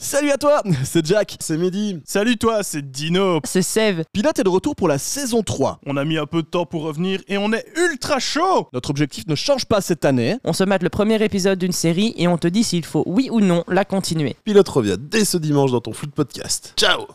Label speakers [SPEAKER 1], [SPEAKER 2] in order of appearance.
[SPEAKER 1] Salut à toi, c'est Jack.
[SPEAKER 2] C'est Mehdi.
[SPEAKER 3] Salut toi, c'est Dino.
[SPEAKER 4] C'est Sève.
[SPEAKER 1] Pilote est de retour pour la saison 3.
[SPEAKER 3] On a mis un peu de temps pour revenir et on est ultra chaud.
[SPEAKER 1] Notre objectif ne change pas cette année.
[SPEAKER 4] On se mate le premier épisode d'une série et on te dit s'il faut oui ou non la continuer.
[SPEAKER 2] Pilote revient dès ce dimanche dans ton flux de podcast. Ciao